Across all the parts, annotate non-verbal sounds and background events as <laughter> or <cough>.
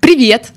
Привет!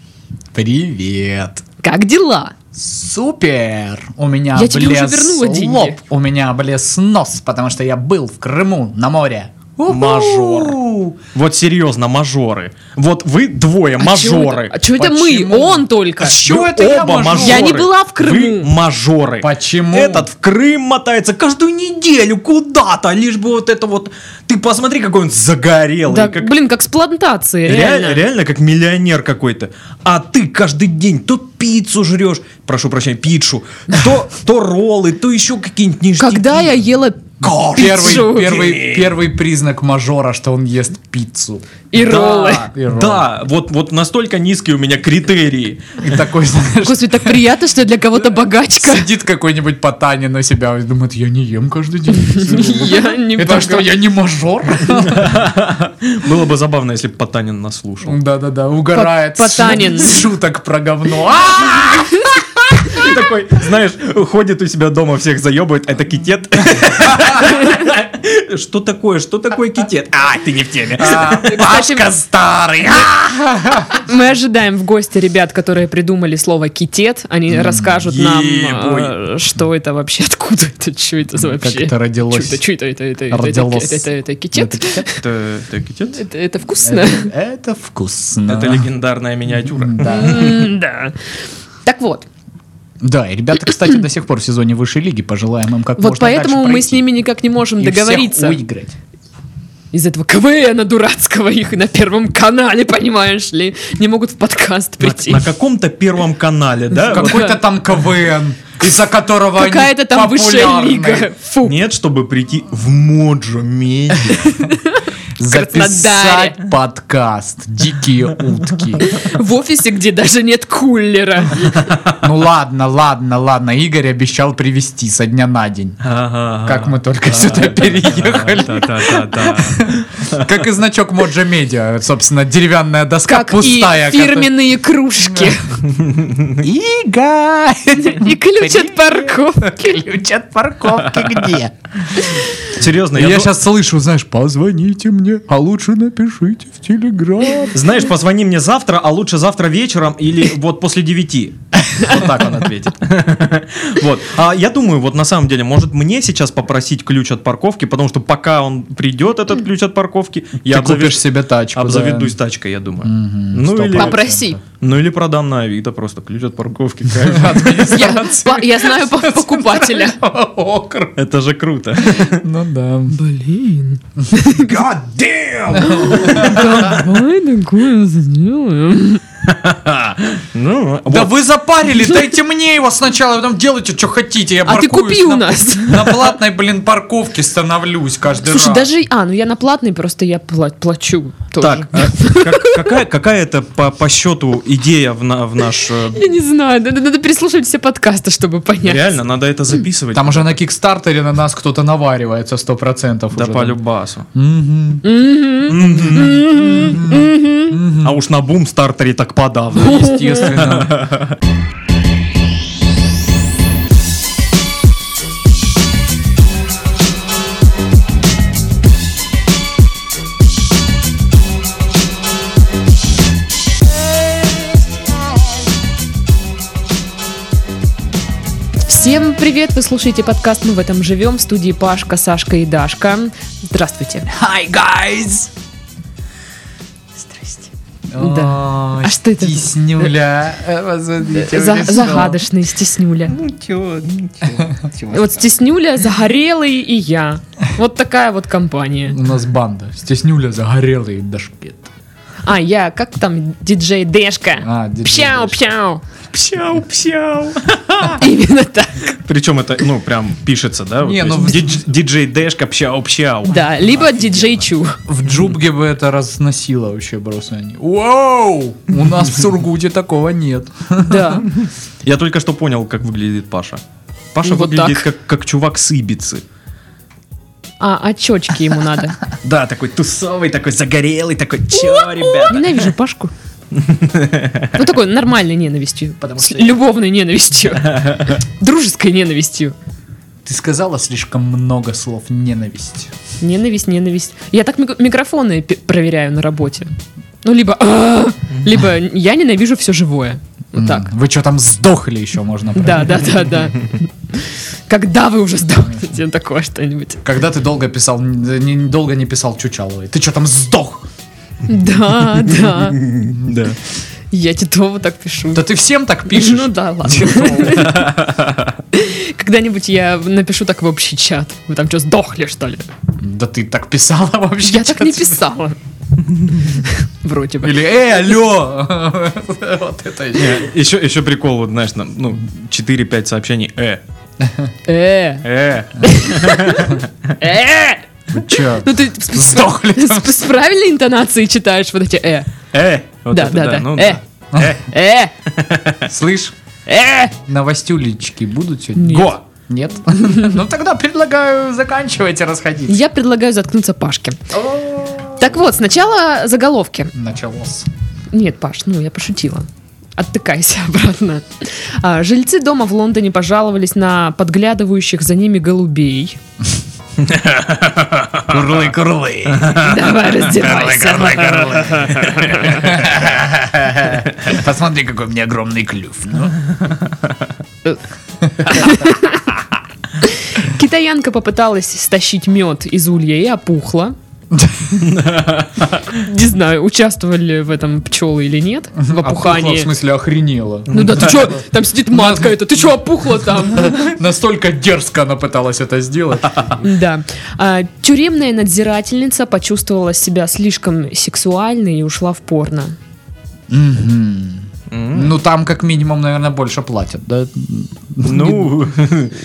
Привет! Как дела? Супер! У меня Я тебе уже облез вернула деньги. лоб, у меня облез нос, потому что я был в Крыму на море. У-ху! Мажор. Вот серьезно, мажоры. Вот вы двое мажоры. А чё это, а чё это мы? Почему? Он только. А чё Вы это я оба мажор? мажоры. Я не была в Вы Крыму. мажоры. Почему? Этот в Крым мотается каждую неделю куда-то, лишь бы вот это вот... Ты посмотри, какой он загорелый. Да, как- блин, как с плантации, Реаль- реально. реально. как миллионер какой-то. А ты каждый день то пиццу жрешь, прошу прощения, пиццу, то, то роллы, то еще какие-нибудь ништяки. Когда я ела Кошка. Первый, Пиццу. первый, первый признак мажора, что он ест пиццу. и Да, роллы. И роллы. Да, вот, вот настолько низкие у меня критерии. И такой, знаешь, Господи, так приятно, что я для кого-то <laughs> богачка. сидит какой-нибудь потани на себя и думает, я не ем <laughs> каждый день. пиццу». Я не Это что, богат. я не мажор? <laughs> Было бы забавно, если бы Потанин нас слушал. Да-да-да, угорает. Пот- с потанин. шу- Шуток <laughs> про говно. А! И такой, знаешь, ходит у себя дома, всех заебывает, это китет. Что такое, что такое китет? А, ты не в теме. Пашка старый. А! Мы ожидаем в гости ребят, которые придумали слово китет. Они расскажут нам, ебой. э, что это вообще, откуда это, что это за вообще. это родилось? Чё это, чё это, это, это, это, Родилось. это, это, это китет? <laughs> Это это китет? Это, это вкусно? Это это вкусно. Это легендарная миниатюра. Да. М, Да. Так вот, Да, и ребята, кстати, до сих пор в сезоне высшей лиги. Пожелаем им как вот можно дальше поэтому мы пройти с ними никак не можем и всех договориться. выиграть. Из этого КВНа дурацкого их на первом канале, понимаешь ли, не могут в подкаст прийти. На каком-то первом канале, да? Как- Э, Какой-то там КВН, из-за которого они Какая-то там высшая популярны. лига. Фу. Нет, чтобы прийти в Моджо Медиа. Записать подкаст «Дикие утки». В офисе, где даже нет <laughs> кулера. Ну ладно, ладно, ладно. Игорь обещал привести со дня на день. Как мы только сюда переехали. Как и значок Моджа Медиа. Собственно, деревянная доска Как и пустая. которая- фирменные кружки. Игорь! И ключ от парковки. Ключ от парковки где? Серьезно, Я, я сейчас слышу, знаешь, позвоните мне, а лучше напишите в Телеграм. Знаешь, позвони мне завтра, а лучше завтра вечером или вот после девяти. Вот так он ответит. <laughs> Вот. А я думаю, вот на самом деле, может мне сейчас попросить ключ от парковки, потому что пока он придет, этот ключ от парковки, я Ты обзавед- купишь себе тачку. да. А обзаведусь тачкой, я думаю. сто Ну или, <laughs> процентов. Попроси. ну или продам на Авито просто ключ <laughs> от парковки. кайф. Я, по- я знаю по- покупателя. Окр. Это же круто. Ну да. Блин, God <laughs> damn! давай такое сделаем. Ну, Да вот. вы запарили, дайте мне его сначала, а потом делайте, что хотите. Я А ты паркуюсь купи у на- нас. На платной, блин, парковке становлюсь каждый раз. Слушай, даже... А, ну я на платный, просто я пла- плачу тоже. Так, э, как- какая, какая это по, по счету идея в, на- в наш... э, <laughs> Я не знаю, надо, надо переслушать все подкасты, чтобы понять. Реально, надо это записывать. Там уже на Кикстартере на нас кто-то наваривается сто процентов. Да уже. по любасу. Мгм. А уж на бум стартере так <laughs> подавно. <laughs> Естественно. Всем привет, вы слушаете подкаст «Мы в этом живем» в студии Пашка, Сашка и Дашка. Здравствуйте. Hi, guys! Здрасте. Да. А что это? Стеснюля. Э, возводите За- в лесо. загадочный стеснюля. Ну, Вот стеснюля, загорелый и я. Вот такая вот компания. У нас банда. Стеснюля загорелый дашпет. А, я, как там, диджей Дэшка? А, диджей Дэшка. Пщау-пщау. Псяу-псяу. Именно так. Причем это, ну, прям пишется, да? Не, то ну, есть дидж- Диджей Дэшка, псяу-псяу. Да, либо диджей <laughs> Чу. В Джубге бы это разносило вообще просто. они, Вау! У нас в Сургуте такого нет. Да. Я только что понял, как выглядит Паша. Паша Ну, Вот выглядит так. как, как чувак с Ибицы. А, очечки ему надо. Да, такой тусовый, такой загорелый, такой, чё, ребят? Ненавижу <laughs> Пашку. Ну, такой нормальной ненавистью. Потому С что- Любовной <laughs> ненавистью. Дружеской ненавистью. Ты сказала слишком много слов ненависть. Ненависть, ненависть. Я так мик- микрофоны пе- проверяю на работе. Ну, либо <laughs> «А-а-а», либо я ненавижу все живое. Вот так. Вы что там сдохли еще можно? Да, да, да, да. Когда вы уже сдохнете? Ну, Такое что-нибудь. Когда ты долго писал, не- не- долго не писал Чучаловой. Ты что там сдох? Да, да. Да. Я Титову так пишу. Да ты всем так пишешь. Ну да, ладно. Титов. Когда-нибудь я напишу так в общий чат. Вы там что, сдохли, что ли? <laughs> Да ты так писала вообще? Я так не писала. <laughs> Вроде бы. <laughs> Или эй, алло! <laughs> Вот это я. Еще, еще Э, прикол, вот знаешь, там, ну, 4-5 сообщений. Э, Э, <laughs> э. э! Вы чё? Ну ты с- с Сдохли там. с- с правильной интонацией читаешь вот эти «э», Э, вот Да, это да, да. ну Э. да. Э, «э», Слышь, «э». новостюлечки будут сегодня? Нет. Го! Нет? <laughs> Ну тогда предлагаю заканчивать и расходиться. Я предлагаю заткнуться Пашке. О, Так вот, сначала заголовки. Началось. Нет, Паш, ну я пошутила. Оттыкайся <laughs> обратно. А, жильцы дома в Лондоне пожаловались на подглядывающих за ними <laughs> голубей. Курлы, курлы. <laughs> Давай, Карлы, раздевайся. карлы. <laughs> Посмотри, какой у меня огромный клюв. Ну, Китаянка попыталась стащить мед из улья и опухла. Не знаю, участвовали ли в этом пчелы или нет, в опухла, В опухании. смысле, охренела. Ну да, ты чё, там сидит матка это, ты чё опухла там? <laughs> Настолько дерзко она пыталась это сделать. Да. А, тюремная надзирательница почувствовала себя слишком сексуальной и ушла в порно. М. Ну, там как минимум, наверное, больше платят, да? Ну,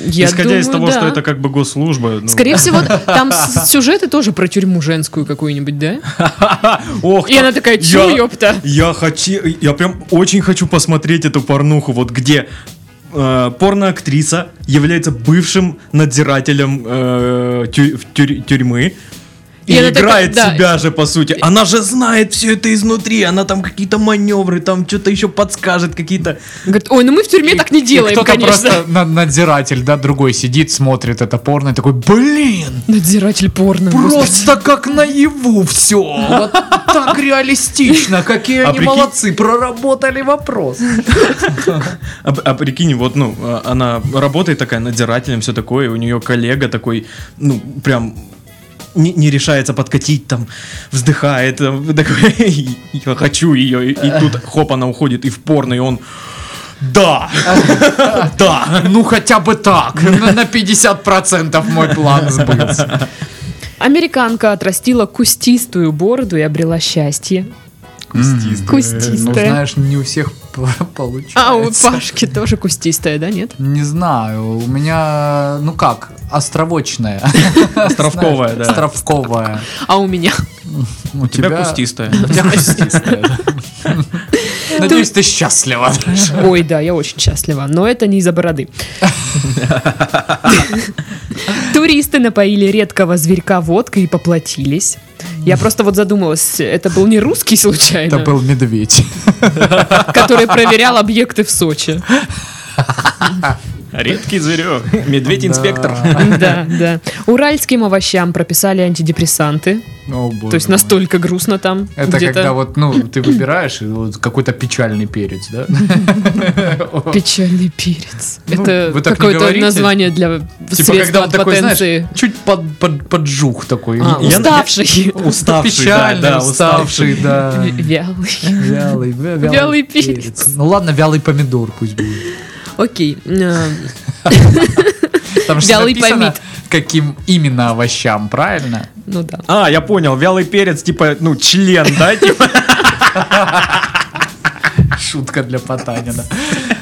Я <laughs> исходя из думаю, того, что да. это как бы госслужба. ну. Скорее всего, там с- сюжеты тоже про тюрьму женскую какую-нибудь, да? Ох, И она такая, чё, Я- ёпта? Я хочу, я прям очень хочу посмотреть эту порнуху, вот где э, порноактриса является бывшим надзирателем э, тю- в тюрь- тюрьмы. И, И она играет такая, да. себя же, по сути. Она же знает все это изнутри. Она там какие-то маневры, там что-то еще подскажет, какие-то. Говорит, ой, ну мы в тюрьме так не делаем, Кто-то конечно. просто на- надзиратель, да, другой сидит, смотрит это порно и такой, блин, Надзиратель порно. господи. просто как наяву все. Ну, Вот так реалистично. Какие А они прикинь- молодцы, проработали вопрос. А, а прикинь, вот, ну, э, она работает такая надзирателем, все такое, и у нее коллега такой, ну, прям не, не решается подкатить, там, вздыхает, э, <laughs> такой, я хочу ее, и, и тут, хоп, она уходит, и в порно, и он, да, <laughs> да. Ну, хотя бы <laughs> так. На на 50% мой план сбылся. Американка отрастила кустистую бороду и обрела счастье. Кустистая. Ну, Кустистая. знаешь, не у всех по- получается. А у Пашки тоже кустистая, да, нет? Не знаю, у меня, ну как, островочная. Островковая, да. Островковая. А у <laughs> меня. У Тебя <laughs> кустистая. У тебя кустистая. да. <laughs> Надеюсь, ты счастлива. Ой, да, я очень счастлива, но это не из-за <laughs> бороды. Туристы напоили редкого зверька водкой и поплатились. Я просто вот задумалась, это был не русский Это случайно, был медведь. <laughs> который проверял объекты в <laughs> Сочи. Редкий зверек, медведь-инспектор. Да, да. Уральским овощам прописали антидепрессанты. О, боже То есть мой. настолько грустно там. Это где-то. когда вот, ну, ты выбираешь и вот какой-то печальный перец, да? Печальный перец. Ну, это вы так не какое-то говорите. название для Типа, средства когда он от такой, потенции. знаешь, чуть под- под- поджух такой. А, я- уставший. Уставший, да, Печальный, да, уставший, <laughs> да. В- Вялый. Вялый, вя- вялый, Вялый перец. Ну ладно, вялый помидор пусть будет. Окей. э, Там же Вялый написано, помид. каким именно овощам, правильно? Ну да. А, я понял, вялый перец, типа, ну, член, да, типа, Шутка <laughs> для Потанина.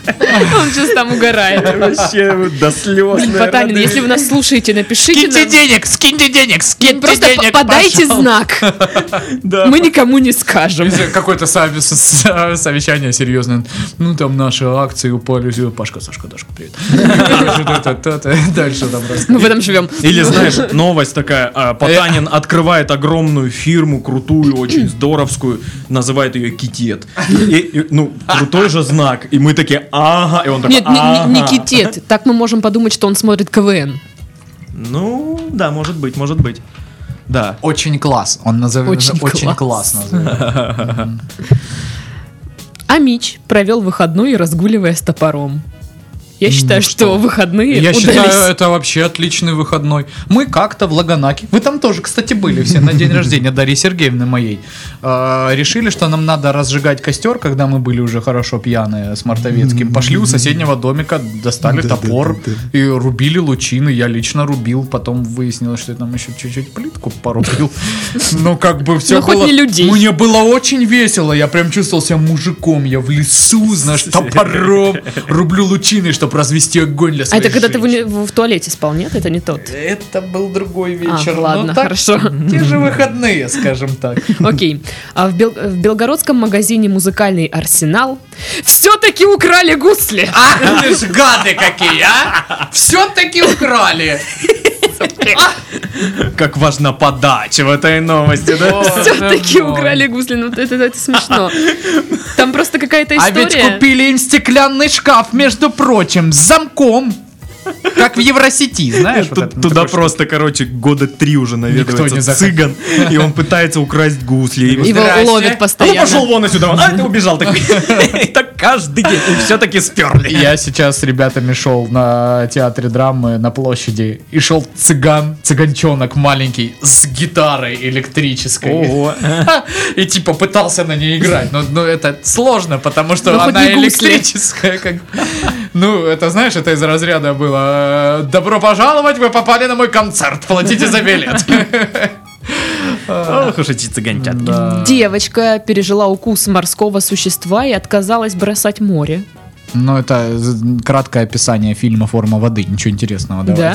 <laughs> Он сейчас там угорает. вообще, вот до слез, наверное, Потанин, ты- если вы нас слушаете, напишите Скиньте нам. денег, скиньте денег, скиньте Нет, просто п- денег, подайте пожалуйста. знак. <laughs> Да. Мы никому не скажем. Если Какое-то сове- со- совещание серьезное. Ну, там наши акции упали. всё. Пашка, Сашка, Дашка, привет. Короче, та-та-та-та. <laughs> Дальше там раз. Мы в этом <laughs> живем. Или, знаешь, новость такая, Э. а, Потанин открывает огромную фирму, крутую, очень здоровскую, называет ее Китет. И- и, ну, крутой же знак. И мы такие, ага, и он такой, Нет, не- не, не А. «Ага». китет. Так мы можем подумать, что он смотрит КВН. Ну, да, может быть, может быть. Да. Очень класс. Он называется Очень очень класс. класс. называется. А Мич провел выходной, разгуливая с топором. Я Ну считаю, что? что выходные Я удались. считаю, это вообще отличный выходной. Мы как-то в Лаганаке, вы там тоже, кстати, были все на день рождения Дарьи Сергеевны моей, э, решили, что нам надо разжигать костер, когда мы были уже хорошо пьяные с Мартовецким. Пошли у соседнего домика, достали топор и рубили лучины. Я лично рубил, потом выяснилось, что я там еще чуть-чуть плитку <laughs> порубил. Ну, как бы все Ну, хоть было... не людей. Мне было очень весело, я прям чувствовал себя мужиком. Я в лесу, знаешь, топором рублю лучины, чтобы развести огонь для А своей это когда ты в, женщины. уни- в- в туалете спал, нет? Это не тот. Это был другой А, вечер. Ну, ладно, так, хорошо. Те же выходные, скажем так. <laughs> Окей. А в, Бел- в белгородском магазине «Музыкальный арсенал» все-таки украли гусли. А, ты ж гады какие, а! Все-таки украли! <laughs> Как важна подача в этой новости, да? Все-таки украли гусли. Ну, это, это смешно. Там просто какая-то А ведь история. купили им стеклянный шкаф, между прочим, с замком. Как в Евросети, знаешь? вот Тут- это, ну, туда такой просто, короче, года три уже Никто не наведывается захотел. цыган, и он пытается украсть гусли. И Его Здрасте. ловят А ну постоянно. пошел вон отсюда, вон. а ты убежал так. <laughs> И так каждый день, и все-таки сперли. Я сейчас с ребятами шел на театре драмы на площади, и шел цыган, цыганчонок маленький, с гитарой электрической. Ого. <laughs> И типа пытался на ней играть. Но, но это сложно, потому что Ну, хоть она не гусли. электрическая. Как... Ну, это знаешь, это из разряда было. э, Добро пожаловать, вы попали на мой концерт, платите за билет. Ох уж эти цыганчатки. Девочка пережила укус морского существа и отказалась бросать море. <laughs> Ну, это краткое описание фильма «Форма воды». Ничего интересного, Да?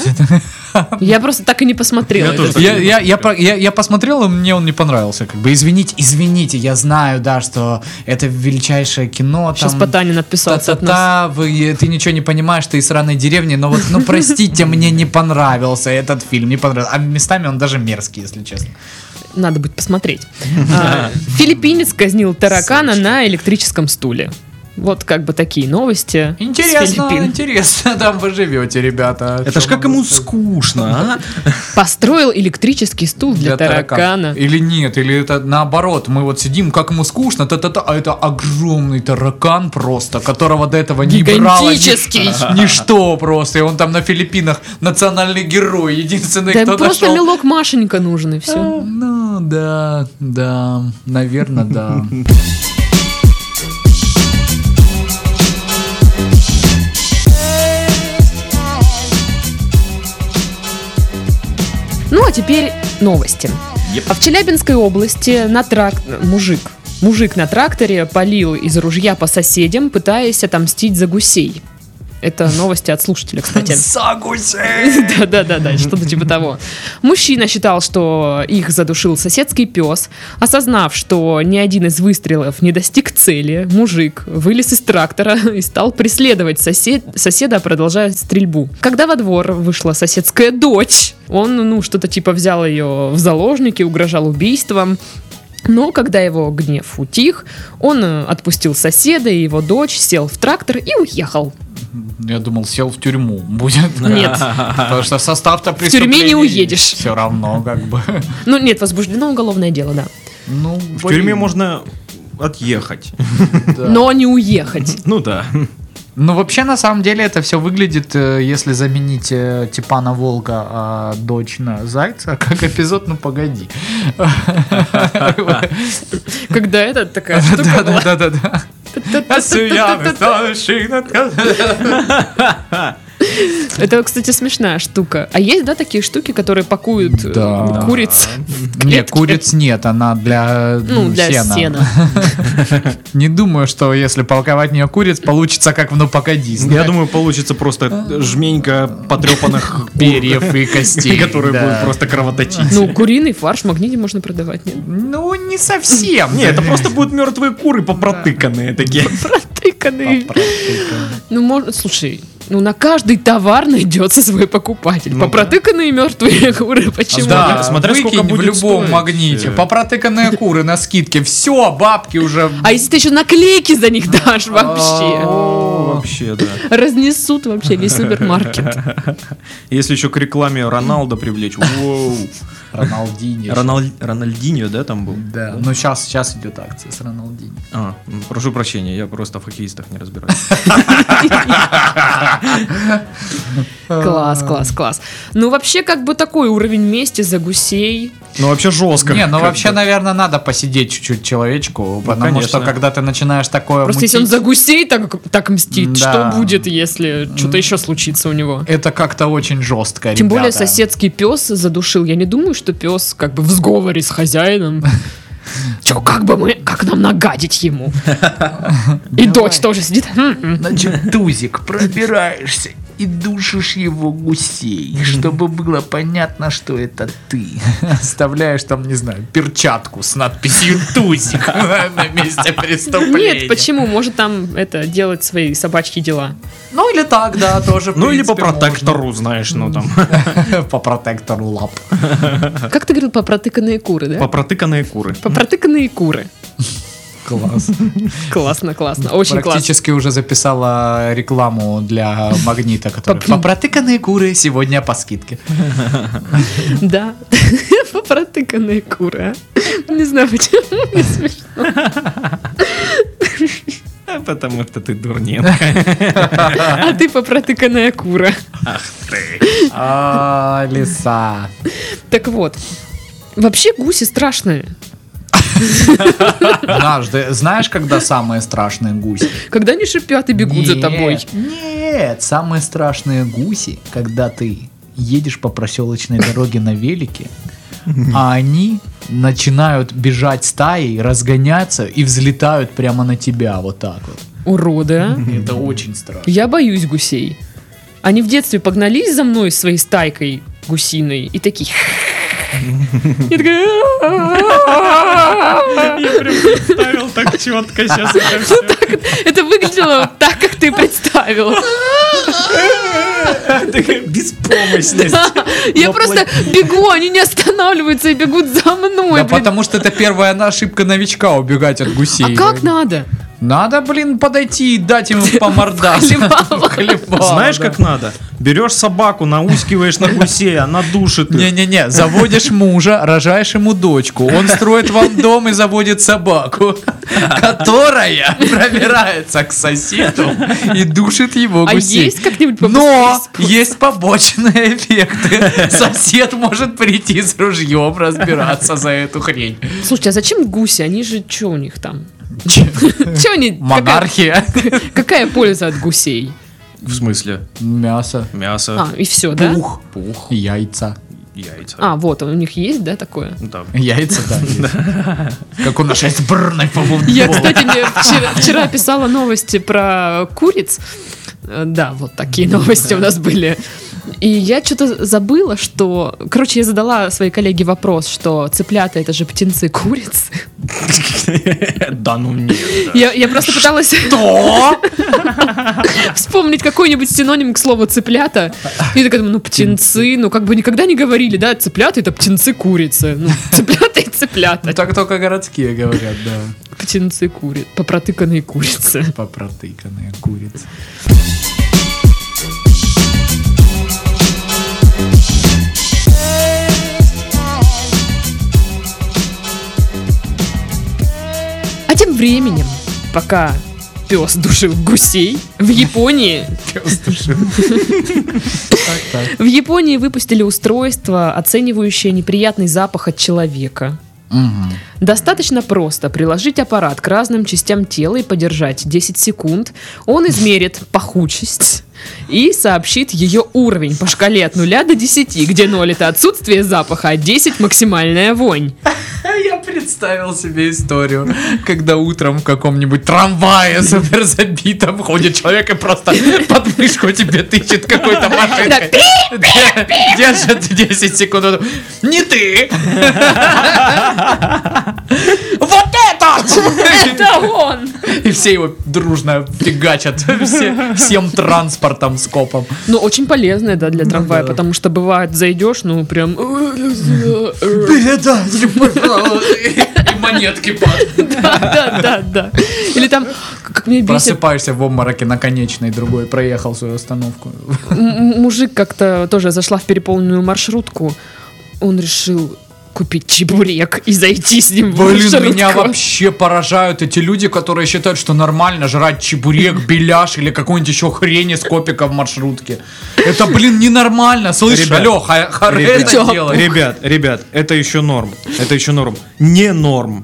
Я просто так и не посмотрела. Я это. тоже так Я, я, я, про- я, я посмотрел, и мне он не понравился. Как бы извините, извините, я знаю, да, что это величайшее кино. Сейчас там, Потанин отписался от нас. та-та-та, вы- ты ничего не понимаешь, ты из сраной деревни, но вот, ну простите, мне не понравился этот фильм, не понравился. А местами он даже мерзкий, если честно. Надо будет посмотреть. А, Филиппинец казнил таракана на электрическом стуле. Вот как бы такие новости. с Интересно, Филиппин. интересно, там вы живете, ребята. Это ж как ему скучно, а? Построил электрический стул для, таракана. Или нет, или это наоборот, мы вот сидим, как ему скучно, та-та-та, а это огромный таракан просто, которого до этого не брало ни- Гигантический. <laughs> ничто просто, и он там на Филиппинах национальный герой, единственный, Да кто им просто нашел. мелок Машенька нужен и все. Ну да, да, <laughs> наверное, да. Ну а теперь новости. Еп. А в Челябинской области на тракт... Мужик. Мужик на тракторе полил из ружья по соседям, пытаясь отомстить за гусей. Это новости от слушателя, кстати. <laughs> Да-да-да, что-то типа того. Мужчина считал, что их задушил соседский пес. Осознав, что ни один из выстрелов не достиг цели, мужик вылез из трактора <laughs> и стал преследовать сосед- соседа, продолжая стрельбу. Когда во двор вышла соседская дочь, он, ну, что-то типа взял ее в заложники, угрожал убийством. Но когда его гнев утих, он э, отпустил соседа и его дочь, сел в трактор и уехал. Я думал, сел в тюрьму будет. <laughs> Нет. Потому что состав-то В тюрьме не уедешь. Все равно, как <laughs> бы. Ну, нет, возбуждено уголовное дело, да. Ну, В тюрьме можно отъехать. Но не уехать. <laughs> Ну да. Ну, вообще, на самом деле, это все выглядит, э, если заменить э, Типана Волка, а дочь на Зайца, <laughs> как эпизод <laughs> «Ну, погоди». Когда это <laughs> такая штука была. Да-да-да. <laughs> Это, кстати, смешная штука. А есть, да, такие штуки, которые пакуют э, Да. куриц? Не, куриц нет, она для Ну, для сена. <laughs> Не думаю, что если полковать в нее куриц, получится как в «Ну, погоди». Я знаешь, думаю, получится просто жменька <laughs> потрепанных перьев и костей. которые да. будут просто кровоточить. Ну, куриный фарш в магните можно продавать, нет? Ну, не совсем. Не, это просто будут мертвые куры попротыканные такие. Протыканный. Ну, можно, слушай, ну на каждый товар найдется свой покупатель. Ну, да. Попротыканные мертвые <laughs> куры, почему? Да. нет? смотря выкинь сколько будет в любом стоить. магните. Попротыканные куры на скидке. Все, бабки уже... А. А если ты еще наклейки за них дашь вообще? вообще, да. Разнесут вообще весь супермаркет. Если еще к рекламе Роналда привлечь. Воу. Роналдини. Рональ- Рональдиньо, да, там был? Да, ну сейчас, сейчас идет акция с Роналдини. А, м, прошу прощения, я просто в хоккеистах не разбираюсь. Класс, А. класс, класс. Ну, вообще, как бы такой уровень мести за гусей. Ну, вообще жестко. Не, ну Как вообще, бы. наверное, надо посидеть чуть-чуть человечку, потому конечно. что когда ты начинаешь такое Просто если он мутить, за гусей так, так мстит, Да. что будет, если что-то еще случится у него? это как-то очень жестко, Тем более Э, ребята. соседский пес задушил. Я не думаю, что пес как бы в сговоре с <laughs> хозяином. Че, как бы мы, как нам нагадить <laughs> ему? И дочь тоже сидит. «М-м». Значит, Тузик, пробираешься и душишь его гусей, чтобы было понятно, что это ты. Оставляешь там, не знаю, перчатку с надписью «Тузик» <laughs> на месте преступления. Нет, почему? Может там это делать свои собачьи дела. Ну или так, да, тоже. в Ну, или по принципе, протектору, <laughs> знаешь, ну там. можно. <laughs> По протектору лап. Как ты говорил, попротыканные куры, По да? протыканные куры. Попротыканные куры. Класс. Классно, классно. Очень классно. Практически уже записала рекламу для магнита, который. Поп- Попротыканные куры сегодня по скидке. Да. <laughs> Попротыканные куры, а. Не знаю, почему мне смешно. А <laughs> Потому что ты дурненка. А ты попротыканная кура. А, лиса. Так вот. Вообще гуси страшные. Однажды, знаешь, когда самые страшные гуси? Когда они шипят и бегут за Нет, тобой. Нет, самые страшные гуси, когда ты едешь по проселочной дороге на велике, а они начинают бежать стаей, разгоняться и взлетают прямо на тебя вот так вот. Уроды, а? Это очень страшно. Я боюсь гусей. Они в детстве погнались за мной своей стайкой гусиной и такие... Я такая... «А-а-а-а-а». <laughs> Ставил так четко сейчас. Это выглядело так, как ты представил. Такая беспомощность. Я просто бегу, они не останавливаются и бегут за мной. Да блин. потому что это первая на- ошибка новичка убегать от гусей. А как надо? Надо, блин, подойти и дать им по мордасам. Хлебало. Хлебало, Знаешь, А, да. как надо? Берешь собаку, наускиваешь на гусей, она душит. их. Не-не-не, заводишь мужа, рожаешь ему дочку. Он строит вам дом и заводит собаку, которая пробирается к соседу и душит его А гусей. есть как-нибудь Но попытка есть побочные эффекты. Сосед может прийти с ружьем разбираться за эту хрень. исп- Слушайте, а зачем гуси? Они же что у них там? Че они? какая- Монархия. Какая польза от гусей? В смысле? <laughs> Мясо, А, Мясо, и все, да? пух, пух, яйца. яйца. А, вот, у них есть, да, такое? Ну, там. Яйца, да. есть. Как у нашей сборной по футболу. Я, кстати, мне вчера, вчера писала новости про куриц. Э, Да, вот такие новости у нас были. И я что-то забыла, что... Короче, я задала своей коллеге вопрос, что цыплята — это же птенцы куриц. Да ну нет. да. Я, я просто пыталась Что? вспомнить какой-нибудь синоним к слову «цыплята». И такая думаю, ну, птенцы, ну, как бы никогда не говорили, да, цыплята — это птенцы курицы. Ну, цыплята и цыплята. Так только городские говорят, да. Птенцы куриц, попротыканные курицы. Попротыканные курицы. А тем временем, пока пес душил гусей, в Японии, в Японии выпустили устройство, оценивающее неприятный запах от человека. Достаточно просто приложить аппарат к разным частям тела и подержать 10 секунд. Он измерит пахучесть и сообщит ее уровень по шкале от 0 до 10, где 0 это отсутствие запаха, а 10 максимальная вонь. <laughs> Я представил себе историю, когда утром в каком-нибудь трамвае <laughs> супер забитом ходит человек и просто под мышку тебе тычет какой-то <laughs> машинкой. Де- <laughs> Держит 10 секунд. он, Не ты! <laughs> Вот <laughs> это! Это он! И все его дружно фигачат <laughs> все- всем транспортом с копом. Ну, очень полезное, да, для трамвая, Ну да. потому что бывает, зайдешь, ну, прям... <laughs> Передайте, пожалуйста. И монетки падают. Да, да, да, да. Или там, к- Мне бесит. Просыпаешься в обмороке на конечной другой, проехал свою остановку. М- Мужик как-то тоже зашла в переполненную маршрутку. Он решил купить чебурек и зайти с ним в Блин, маршрутку. меня вообще поражают эти люди, которые считают, что нормально жрать чебурек, беляш или какую-нибудь еще хрень из копика в маршрутке. Это, блин, ненормально. Слышь, Ребят, алло, ха- ха- Ребят, А это делать. ребят, ребят, это еще норм. Это еще норм. Не норм.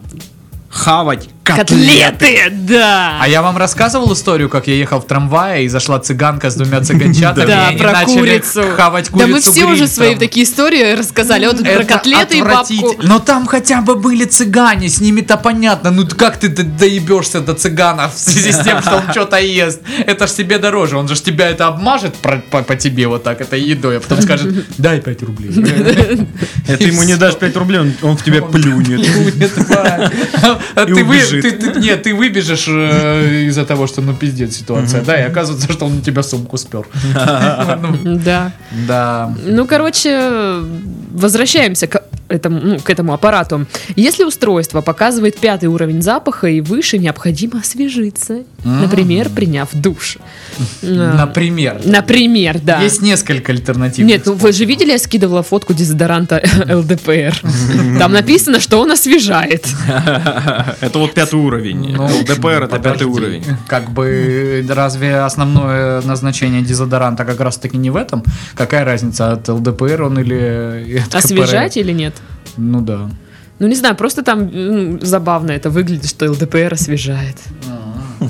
Хавать котлет. Котлеты, да. А я вам рассказывал историю, как я ехал в трамвае и зашла цыганка с двумя цыганчатами, Да, и они про А начали курицу. хавать Да курицу мы все уже грильцем. свои такие истории рассказали. Вот тут про Это котлеты и бабку. отвратитель- Но там хотя бы были цыгане, с ними-то понятно. Ну как ты д- доебешься до цыгана в связи с тем, что он что-то ест? Это ж себе дороже. Он же ж тебя это обмажет про- по, по тебе вот так этой едой, а потом скажет, дай 5 рублей. Это ему не дашь 5 рублей, он, он в тебя плюнет. Нет, Вань. А И ты вы- убежит. ты- ты- Нет, ты выбежишь э, из-за того, что ну пиздец ситуация, да, и оказывается, что он у тебя сумку <laughs> спер. Ну, Да. Да. Ну, короче, возвращаемся к этому, ну, к этому аппарату. Если устройство показывает пятый уровень запаха и выше, необходимо освежиться. Например, приняв душ. Э, Например. Например, да. Есть несколько альтернатив. Нет, ну вы же видели, я скидывала фотку дезодоранта <laughs> ЛДПР. Там написано, что он освежает. Это вот пятый уровень. Ну, ЛДПР это подожди. пятый уровень. Как бы разве основное назначение дезодоранта как раз таки не в этом? Какая разница от ЛДПР он или от Освежать КПРФ? или нет? Ну да. Ну, не знаю, просто там м, забавно это выглядит, что ЛДПР освежает. А.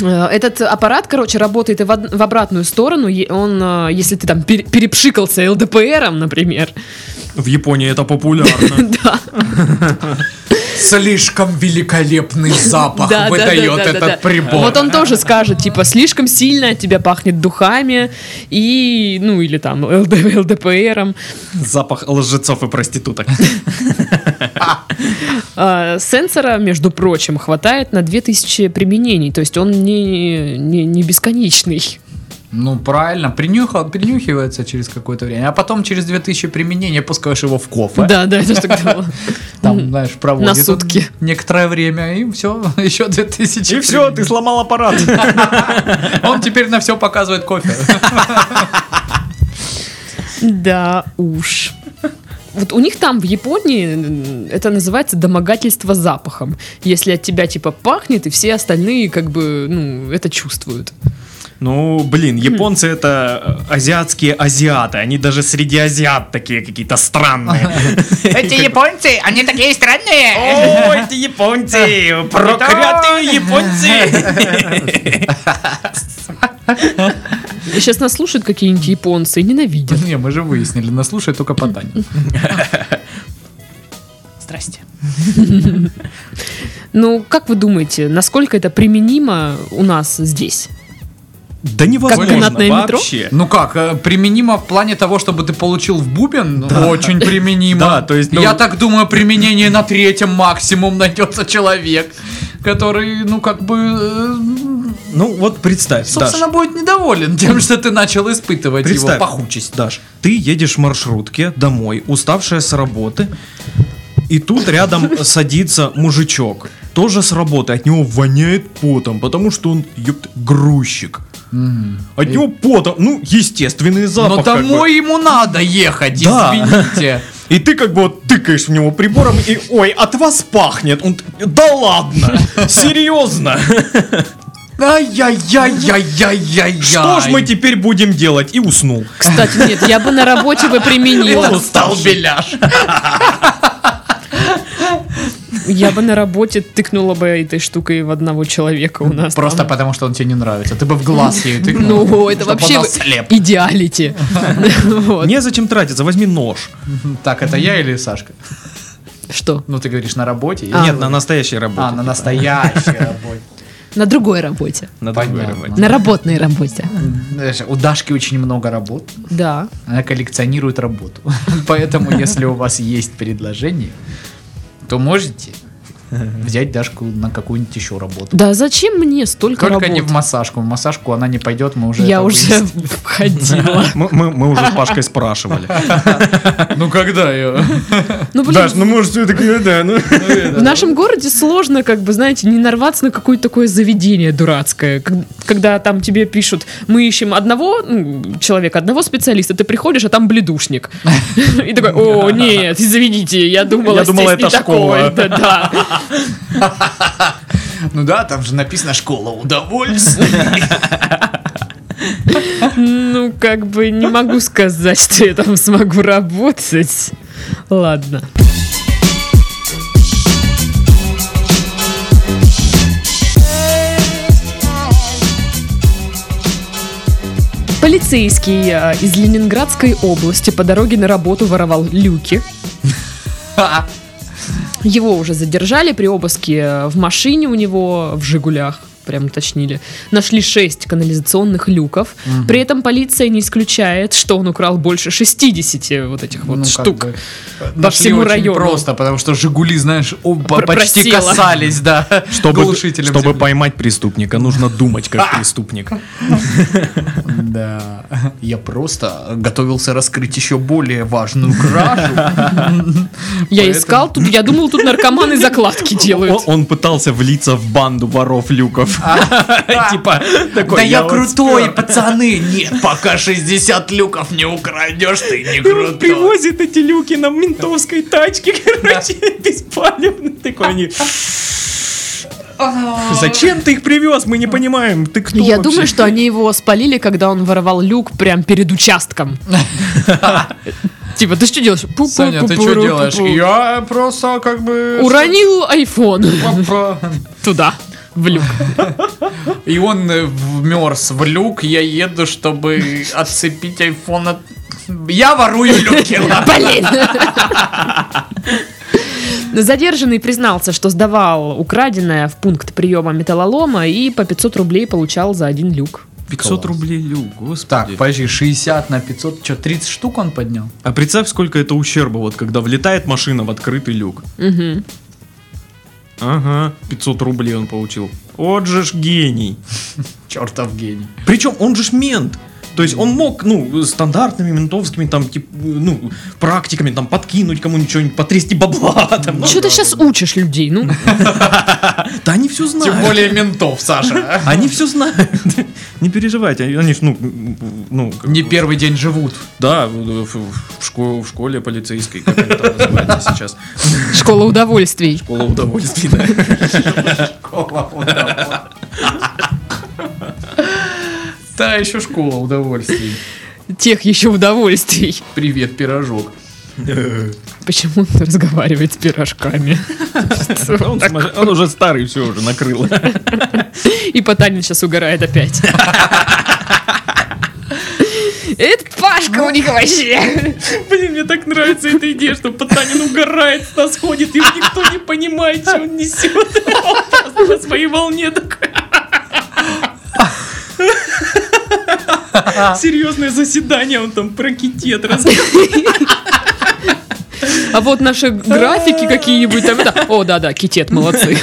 Э, Этот аппарат, короче, работает и в, од- в обратную сторону. Е- Он, э, если ты там пере- перепшикался ЛДПРом, например, <laughs> В Японии это <laughs> популярно. да, Слишком великолепный запах <laughs> да, да, да, выдает да, да, да. этот прибор. Вот он тоже скажет, типа, слишком сильно от тебя пахнет духами и, ну, или там ЛД- ЛДПРом. Запах лжецов и проституток. А, Сенсора, между прочим, хватает на 2000 применений, то есть он не, не, не бесконечный. Ну правильно, принюхал, принюхивается через какое-то время, а потом через 2000 применения пускаешь его в кофе. Да, да, это что <laughs> думала. Там, знаешь, проводит На сутки. он некоторое время, и <laughs> все, еще 2000. <laughs> И все, ты сломал аппарат. Он теперь на все показывает кофе. <laughs> Да уж. Вот у них там в Японии м, это называется домогательство запахом. Если от тебя типа пахнет, и все остальные как бы, ну, это чувствуют. <laughs> Ну, блин, японцы это э, азиатские азиаты. Они даже среди азиат такие какие-то странные. <laughs> Эти японцы, они такие странные. О, эти японцы! Проклятые японцы! <laughs> Сейчас нас слушают какие-нибудь японцы и ненавидят. Не, мы же выяснили, нас слушает только Потанин. Здрасте. Ну, как вы думаете, насколько это применимо у нас здесь? Да канатное метро? Ну как, э, применимо в плане того, чтобы ты получил в бубен? Ну, Очень применимо. <laughs> Да, то есть, ну- Я так думаю, применение на третьем максимум найдется человек, который, ну как бы, э, Ну, вот представь, Даш, собственно, будет недоволен тем, что ты начал испытывать Представь. его пахучесть. Даш, ты едешь в маршрутке домой, уставшая с работы, и <laughs> тут рядом садится мужичок, тоже с работы, от него воняет потом, потому что он, ёпт, грузчик. От него потом, ну, естественный запах. Но Ну, как бы. домой ему надо ехать, Да. извините. И ты как бы вот тыкаешь в него прибором и ой, от вас пахнет. Он т- да <laughs> ладно, серьезно. Ай-яй-яй-яй-яй-яй. Что ж мы теперь будем делать? И уснул. Кстати, нет, я бы на работе бы применила. стал беляш. Я бы на работе тыкнула бы этой штукой в одного человека у нас. там. Просто потому, что он тебе не нравится. Ты бы в глаз ей тыкнул, Ну, это чтоб вообще она вы- слеп. идеалити. <laughs> Вот. Незачем тратиться, возьми нож. Так, это я или Сашка? Что? Ну, ты говоришь, на работе? А. Нет, на настоящей работе. А, на настоящей <laughs> работе. На другой работе. На другой Понятно. работе. На работной работе. Знаешь, У Дашки очень много работ. Да. Она коллекционирует <laughs> работу. Поэтому, если у вас есть предложение, то можете взять Дашку на какую-нибудь еще работу. Да зачем мне столько Только не работы? в массажку. В массажку она не пойдет, мы уже Я это уже <laughs> выяснили. входила. <laughs> Мы, мы- мы уже с Пашкой <laughs> спрашивали. Ну когда ее? Ну, блин, Даш, ну может, все это да, ну. в нашем городе сложно, как бы, знаете, не нарваться на какое-то такое заведение дурацкое. Как- Когда там тебе пишут, мы ищем одного ну, человека, одного специалиста, ты приходишь, а там бледушник. <laughs> И такой, <laughs> о, нет, извините, я думала, Я думала, здесь не это школа». такое». Да, да. <laughs> Ну да, там же написано школа удовольствия. Ну, как бы не могу сказать, что я там смогу работать. Ладно. Полицейский э, из Ленинградской области по дороге на работу воровал люки. Его уже задержали при обыске э, в машине у него, в «Жигулях», прям уточнили. Нашли шесть канализационных люков. При этом полиция не исключает, что он украл больше 60 вот этих вот Ну, как штук. бы, Нашли всему очень району. просто, потому что Жигули, знаешь, оба Пр- почти просела. касались, да, <laughs> Чтобы, глушителем чтобы земли. поймать преступника, нужно думать <laughs> как преступник. Да, я просто готовился раскрыть еще более важную кражу. Я Поэтому- искал тут, я думал, тут <laughs> наркоманы закладки Он, делают. он пытался влиться в банду воров люков. <laughs> Типа, такой, Да я вот крутой, пацаны! Нет, пока 60 люков не украдешь, ты не крутой. привозит эти люки на ментовской тачке, <laughs> короче, беспалевно. Такой они... Зачем ты их привез? Мы не понимаем. Ты кто Я вообще? думаю, что они его спалили, когда он воровал люк прям перед <laughs> участком. Типа, ты что делаешь? Пу-пу, Саня, ты что пу-пу-ру, делаешь? пу-пу. Я просто как бы... Уронил айфон Про- туда, в люк. И он э, вмерз в люк, я еду, чтобы <laughs> отцепить айфон от... Я ворую люки, ладно. Блин! <laughs> Задержанный признался, что сдавал украденное в пункт приема металлолома и по 500 рублей получал за один люк. 500 рублей люк, господи. Так, подожди, 60 на 500, что, 30 штук он поднял? А представь, сколько это ущерба, вот когда влетает машина в открытый люк. Мгм. Ага, 500 рублей он получил. Вот же ж гений. Чертов гений. Причем он же ж мент. То есть он мог, ну, стандартными ментовскими, там, тип, ну, практиками, там, подкинуть кому-нибудь что-нибудь, потрясти бабла, там. ну. Чего ты сейчас учишь людей? Ну, Да они все знают. Тем более ментов, Саша. а? Они все знают. Не переживайте, они- они ж, ну, ну, как Не бы, первый день живут. Да, в, в- в шко- в школе полицейской, как она там называется сейчас. школа удовольствий. Школа удовольствий, да. Да, еще школа удовольствий. Тех еще удовольствий. Привет, пирожок. Почему он разговаривает с <laughs> пирожками? А Он сма- Он уже старый, все уже накрыло. И Потанин сейчас угорает <laughs> опять. Это Пашка у них вообще. Блин, мне так нравится эта идея, что Потанин угорает, с нас ходит, и никто не понимает, что он несет. Он просто на своей волне такой. Серьезное заседание, он там про китет рассказывает. А вот наши графики какие-нибудь там. это- О, да-да, китет, молодцы.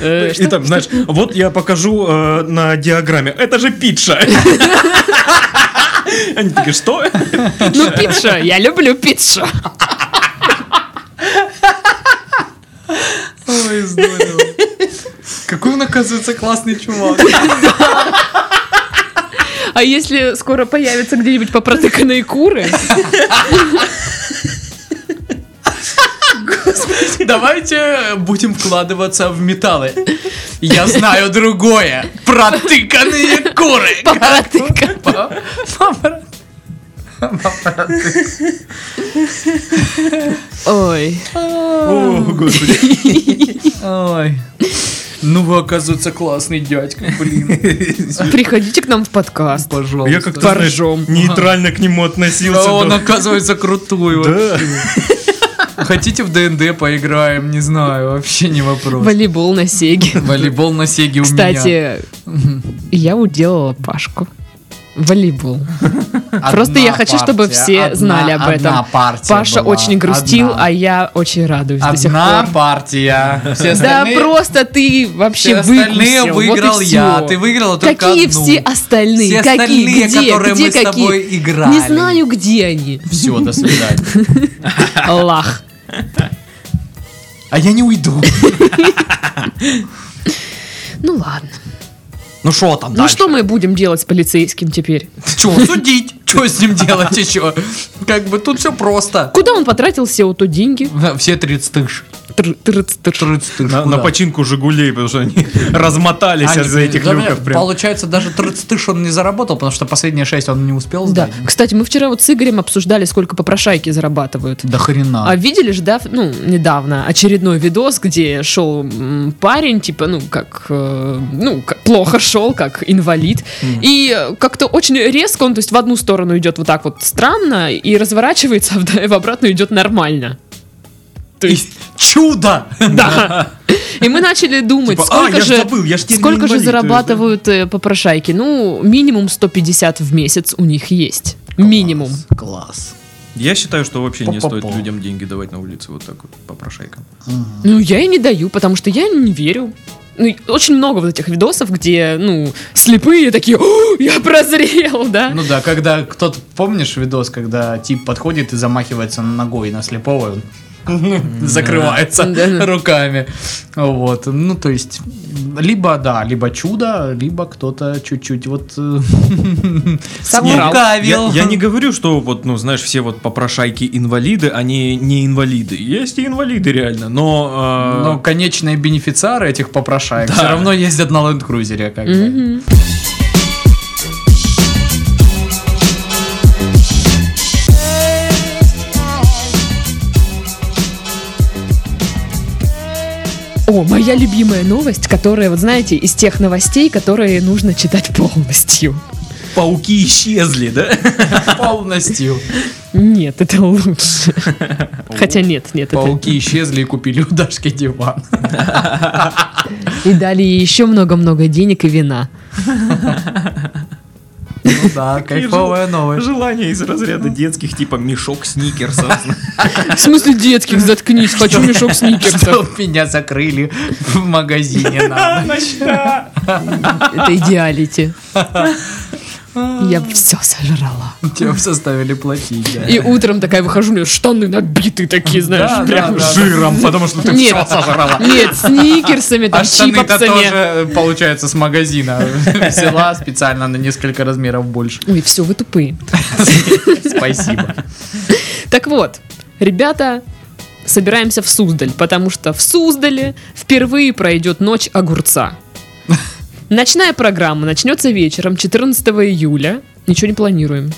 Э, <laughs> И там, знаешь, вот я покажу э, на диаграмме. Это же пицца. <laughs> Они такие, что? Ну, пицца, я люблю пиццу. Ой, здорово. Какой он, оказывается, классный чувак. А если скоро появятся где-нибудь попротыканные <laughs> куры, <laughs> Давайте э, будем вкладываться в металлы. Я знаю другое. Протыканные куры. <laughs> попротыканные. Ой. О, господи. Ой. Ну вы, оказывается, классный дядька, блин. <laughs> Приходите к нам в подкаст. Пожалуйста. Я как-то, знаешь, нейтрально к нему относился. А он, да. оказывается, крутой Да. вообще. Хотите в ДНД поиграем? Не знаю, вообще не вопрос. Волейбол на Сеге. Волейбол на Сеге <laughs> у меня. Кстати, я уделала Пашку. Волейбол. Просто я хочу, чтобы партия, все одна- знали об этом. Одна партия Паша А была, очень грустил, одна. а я очень радуюсь до сих Одна пор. партия. Все Да остальные- просто ты все вообще выкусил. остальные Вот и выиграл я. а всё. Ты выиграла только Какие одну. все остальные? Все Какие? остальные, где? которые где мы с какие? тобой играли. Не знаю, где <laughs> они. Все, до свидания. Лах. А я не уйду. Ну ладно. Ну что там Ну дальше? что мы будем делать с полицейским теперь? Че, судить? Че с ним делать еще? Как бы тут все просто. Куда он потратил все вот то деньги? Да, Все 30 тысяч. Тр- тырц- тырц. 30 тысяч. На, на куда? починку Жигулей, потому что они <laughs> размотались Они- из-за этих да, люков. Прям. Получается, даже 30 тысяч он не заработал, потому что последние 6 он не успел Да. сдать. Кстати, мы вчера вот с Игорем обсуждали, сколько попрошайки зарабатывают. Да хрена. А видели же, да, ну, недавно очередной видос, где шел м, парень, типа, ну, как, э, ну, как плохо шел, как инвалид. И э, как-то очень резко он, то есть в одну сторону идет вот так вот странно, и разворачивается, <laughs> а в, в обратную идет нормально. То есть, Чудо! да. И мы начали думать, Типа, «А, сколько я ж же... забыл, я ж теперь не Сколько же инвалид». зарабатывают э, попрошайки? Ну, минимум 150 в месяц у них есть. Минимум. Класс. Я считаю, что вообще не Па-па-па. стоит людям деньги давать на улице вот так вот по прошайкам. Ну, я и не даю, потому что я не верю. Ну, и очень много вот этих видосов, где, ну, слепые такие, «О, я прозрел, да? Ну да, когда кто-то, помнишь видос, когда тип подходит и замахивается ногой на слепого, <laughs> и он закрывается Да. руками. Вот, ну то есть, либо, да, либо чудо, либо кто-то чуть-чуть вот э, <laughs> Соврал. слукавил. Я, я не говорю, что вот, ну, знаешь, все вот попрошайки инвалиды, они не инвалиды. Есть и инвалиды реально, но... э, Но конечные бенефициары этих попрошаек Да. все равно ездят на ленд-крузере. Как бы. Мгм. О, моя любимая новость, которая, вот знаете, из тех новостей, которые нужно читать полностью. Пауки исчезли, да? Полностью. Нет, это лучше. Хотя нет, нет, это... Пауки исчезли и купили у Дашки диван. И дали ей еще много-много денег и вина. Ну да, кайфовая новость. <laughs> Желание из разряда детских, типа мешок сникерсов. В смысле детских, заткнись, хочу мешок сникерсов. Чтоб меня закрыли в магазине на ночь. Это идеалити. Я все сожрала. Тебя составили платить, да. И утром такая выхожу, у меня штаны набитые такие, Да, знаешь, да, прям да. Жиром, потому что ты Нет. все сожрала. Нет, сникерсами, там, А штаны-то чипсами. тоже, э, получается, с магазина <laughs> взяла специально на несколько размеров больше. Ой, все, вы тупые. Спасибо. Так вот, ребята, собираемся в Суздаль, потому что в Суздале впервые пройдет ночь огурца. Ночная программа начнется вечером 14 июля. Ничего не <laughs> планируем.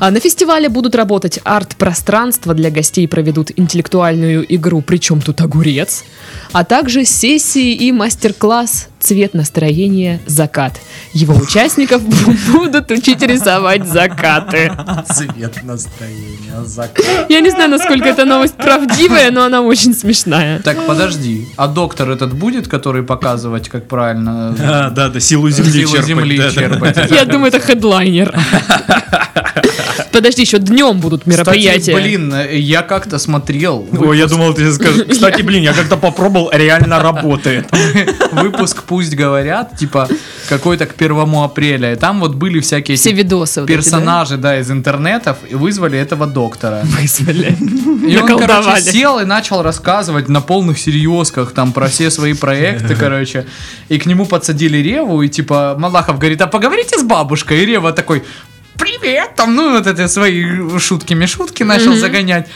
А на фестивале будут работать арт-пространство, для гостей проведут интеллектуальную игру «Причем тут огурец?», а также сессии и мастер-класс «Цвет настроения. Закат». Его участников <laughs> будут учить рисовать закаты. Цвет настроения, закат. Я не знаю, насколько эта новость правдивая, но она очень смешная. Так, подожди, а доктор этот будет, который показывать, как правильно А, да, да, силу земли силу земли черпать. <laughs> черпать? Я думаю, это <laughs> хедлайнер. Подожди, еще днем будут мероприятия. Кстати, блин, я как-то смотрел Ой, я думал, ты скажешь. Кстати, блин, я как-то попробовал, реально работает. <laughs> выпуск «Пусть говорят», типа какой-то к первому апреля, и там вот были всякие Все эти видосы. вот эти, да? персонажи, да, из интернетов, и вызвали этого доктора. Вызвали. <laughs> И он, короче, Наколдовали. сел и начал рассказывать на полных серьезках там про все свои проекты, короче. И к нему подсадили Реву, и типа Малахов говорит, а поговорите с бабушкой. И Рева такой, привет, там, ну, вот это свои шутки-мешутки начал загонять.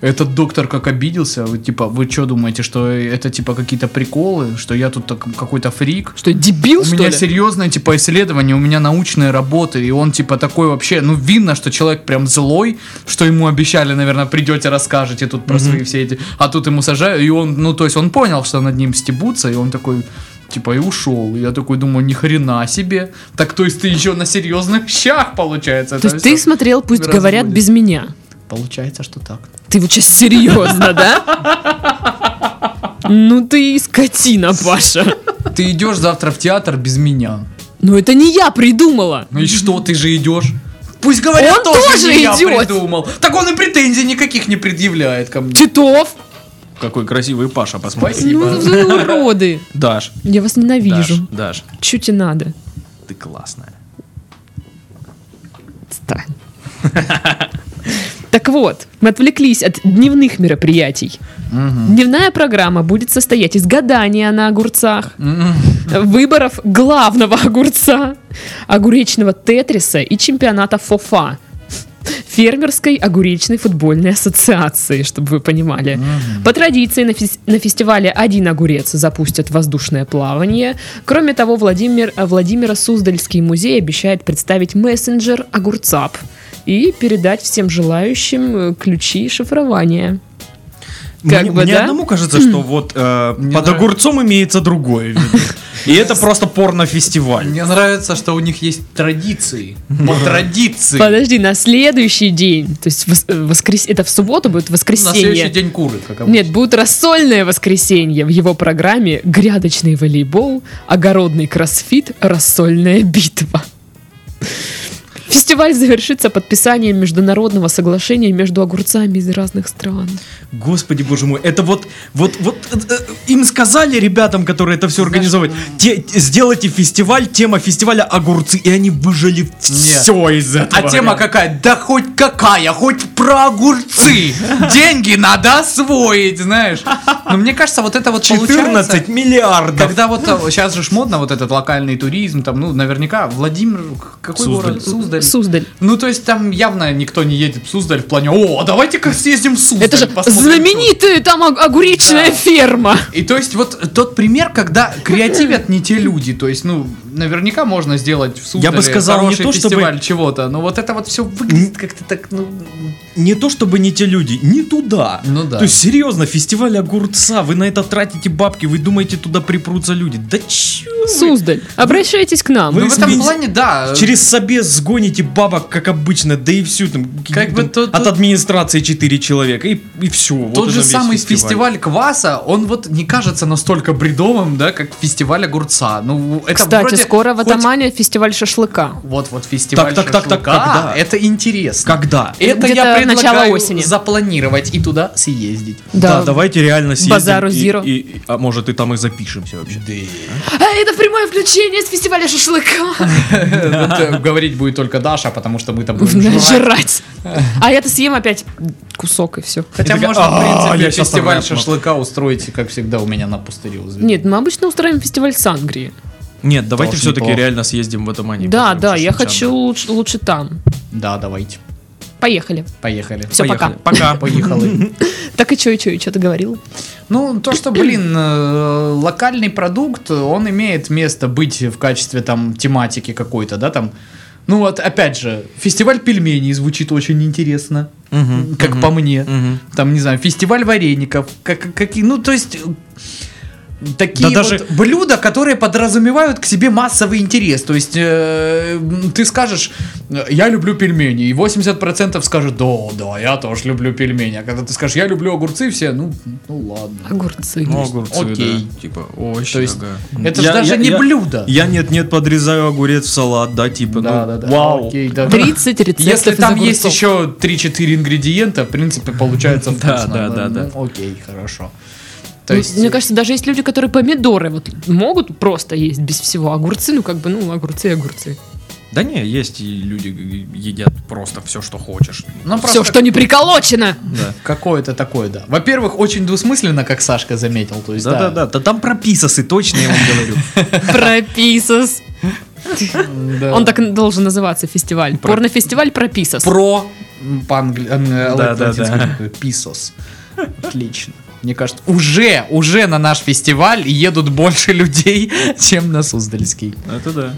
Этот доктор как обиделся, вот, типа, вы что думаете, что это, типа, какие-то приколы, что я тут так какой-то фрик? Что, дебил, У что меня ли? серьезные, типа, исследования, у меня научные работы, и он, типа, такой вообще, ну, видно, что человек прям злой, что ему обещали, наверное, придете, расскажете тут про свои все эти, а тут ему сажают, и он, ну, то есть он понял, что над ним стебутся, и он такой, типа, и ушел. И Я такой думаю, ни хрена себе. Так, то есть ты еще на серьезных щах, получается. То есть ты смотрел, пусть разводит. говорят, без меня. Получается, что так. Ты вот сейчас серьезно, <laughs> да? Ну ты и скотина, Паша. Ты идешь завтра в театр без меня. Ну это не я придумала. Ну и что, ты же идешь? Пусть говорят, Он тоже, тоже не я идиот. придумал. Так он и претензий никаких не предъявляет ко мне. Титов! Какой красивый Паша, посмотри. Спасибо. Ну, вы уроды! Даш, Я вас ненавижу. Даш, Даш, Чё тебе надо? ты классная. Странно. Так вот, мы отвлеклись от дневных мероприятий. Дневная программа будет состоять из гадания на огурцах, выборов главного огурца, огуречного тетриса и чемпионата ФОФА. Фермерской огуречной футбольной ассоциации, чтобы вы понимали. По традиции на, фес- на фестивале один огурец запустят воздушное плавание. Кроме того, Владимир э, Владимира Суздальский музей обещает представить мессенджер огурцап и передать всем желающим э, ключи шифрования. Как мне бы, мне да? одному кажется, что вот э, под Мне нравится. огурцом имеется другое <laughs> видно. И это просто порнофестиваль. Мне нравится, что у них есть традиции. По традиции. Подожди, на следующий день, то есть вос- э, воскрес... это в субботу будет На следующий воскресенье. день куры, как обычно. Нет, будет рассольное воскресенье. В его программе грядочный волейбол, огородный кроссфит, рассольная битва. Фестиваль завершится подписанием международного соглашения между огурцами из разных стран. Господи, боже мой, это вот, вот, вот э, э, им сказали ребятам, которые это все организовывают, «Те- сделайте фестиваль, тема фестиваля огурцы, и они выжили все из этого. А тема какая? Да хоть какая, хоть <laughs> про огурцы. Деньги надо освоить, знаешь. Но мне кажется, вот это вот 14 получается, миллиардов. Когда вот э, сейчас же ж модно вот этот локальный туризм, там, ну, наверняка Владимир, какой Суздаль. город? Суздаль. Суздаль. Ну, то есть там явно никто не едет в Суздаль в плане, о, давайте-ка съездим в Суздаль. Это же посмотрим, что-". знаменитая там ог- огуречная Да. ферма. <laughs> И то есть вот тот пример, когда креативят не те люди, то есть, ну, наверняка можно сделать в Суздале бы сказал, не хороший то чтобы- фестиваль чего-то, но вот это вот все выглядит как-то так, ну, Не то чтобы не те люди, не туда. Ну да. То есть, серьезно, фестиваль огурца, вы на это тратите бабки, вы думаете, туда припрутся люди. Да че Суздаль, обращайтесь к нам. Вы ну, в этом извините, плане, да. Через собес сгоните бабок, как обычно, да и всю там, Как бы там, то- от то- администрации 4 человека, и, и все. Тот же самый фестиваль. кваса, он вот не кажется настолько бредовым, да, как фестиваль огурца. Ну, это Кстати, вроде скоро в хоть- Атамане фестиваль шашлыка. Вот-вот фестиваль Так, так, так, так, шашлыка, когда? это интересно. Когда? Это я Где-то предлагаю начало осени. запланировать и туда <laughs> съездить. <laughs> Да, давайте реально съездим. Базару и- Зиро. и- и- а может и там и запишемся вообще. А это прямое включение с фестиваля шашлыка. Это Говорить будет только Даша, потому что мы там будем жрать. Жрать. А я-то съем опять кусок и все. Хотя И такая, можно, в «А, я принципе, щас фестиваль там ляпну». шашлыка устроить, как всегда, у меня на пустыре. у звезды. Нет, мы обычно устраиваем фестиваль сангрии. Нет, давайте Тоже все-таки неплохо. реально съездим в этом аниме. да, да, я хочу лучше, лучше там. Да, давайте. Поехали. Поехали. Всё, Поехали. пока. Пока. Поехали. Так и чё, и чё, и чё ты говорил? Ну, то, что, блин, э, локальный продукт, он имеет место быть в качестве там тематики какой-то, да, там. Ну вот, опять же, фестиваль пельменей звучит очень интересно, Мгм, как по мне. Мгм. Там, не знаю, фестиваль вареников, как, какие, ну, то есть... э, Такие Да вот даже- блюда, которые подразумевают к себе массовый интерес. То есть э, м, ты скажешь, э, я люблю пельмени, и 80% скажут, да, да, я тоже люблю пельмени. А когда ты скажешь, я люблю огурцы, все, ну, ну ладно. Огурцы. Ну, огурцы, Окей. да. Типа, овощи, То есть, ага. это ж Я- даже я- не я- блюдо. Я нет-нет подрезаю огурец в салат, да, типа, Да, ну, да, да. вау. Окей, да. 30 рецептов Если из там есть огурцов. еще 3-4 ингредиента, в принципе, получается вкусно. <laughs> Да, да, да, да. Ну, Окей, хорошо. То Ну, есть, Мне кажется, даже есть люди, которые помидоры вот могут просто есть без всего. Огурцы, ну как бы, ну огурцы и огурцы. Да не, есть и люди г- едят просто все, что хочешь. ну, просто Все, что не <laughs> приколочено. Да. какое-то такое, да. Во-первых, очень двусмысленно, как Сашка заметил. То есть, Да, да, да, да там про писасы, точно я вам говорю. Прописос. да. Он так должен называться фестиваль. Про- Порнофестиваль Прописос. Про м, по-англи- ан- э, Да, да, латинский да. такой, Писос. Отлично. Мне кажется, уже, уже на наш фестиваль едут больше людей, <laughs> чем на Суздальский. <laughs> Это да.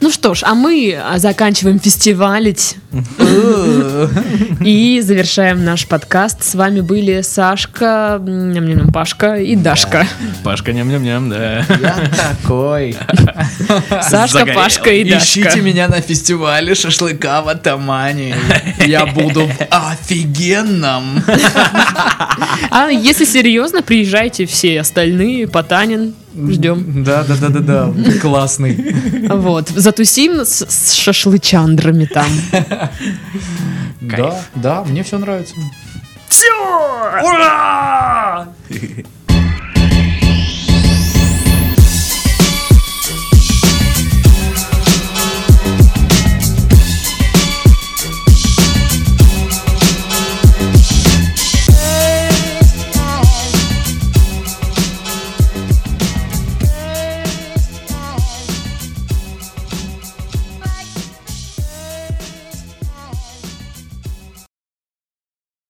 Ну что ж, а мы а, заканчиваем фестивалить и завершаем наш подкаст. С вами были Сашка, ням-ням-ням, Пашка и Дашка. Пашка ням-ням-ням, да. Я такой. Сашка, Загорел. Пашка и Ищите Дашка. меня на фестивале шашлыка в Атамане. Я буду в офигенном. А если серьезно, приезжайте все остальные. Потанин, Ждем. <laughs> Да, да, да, да, да. Классный. Вот. Затусим с, с шашлычандрами там. Да, да, мне все нравится. Все! Ура!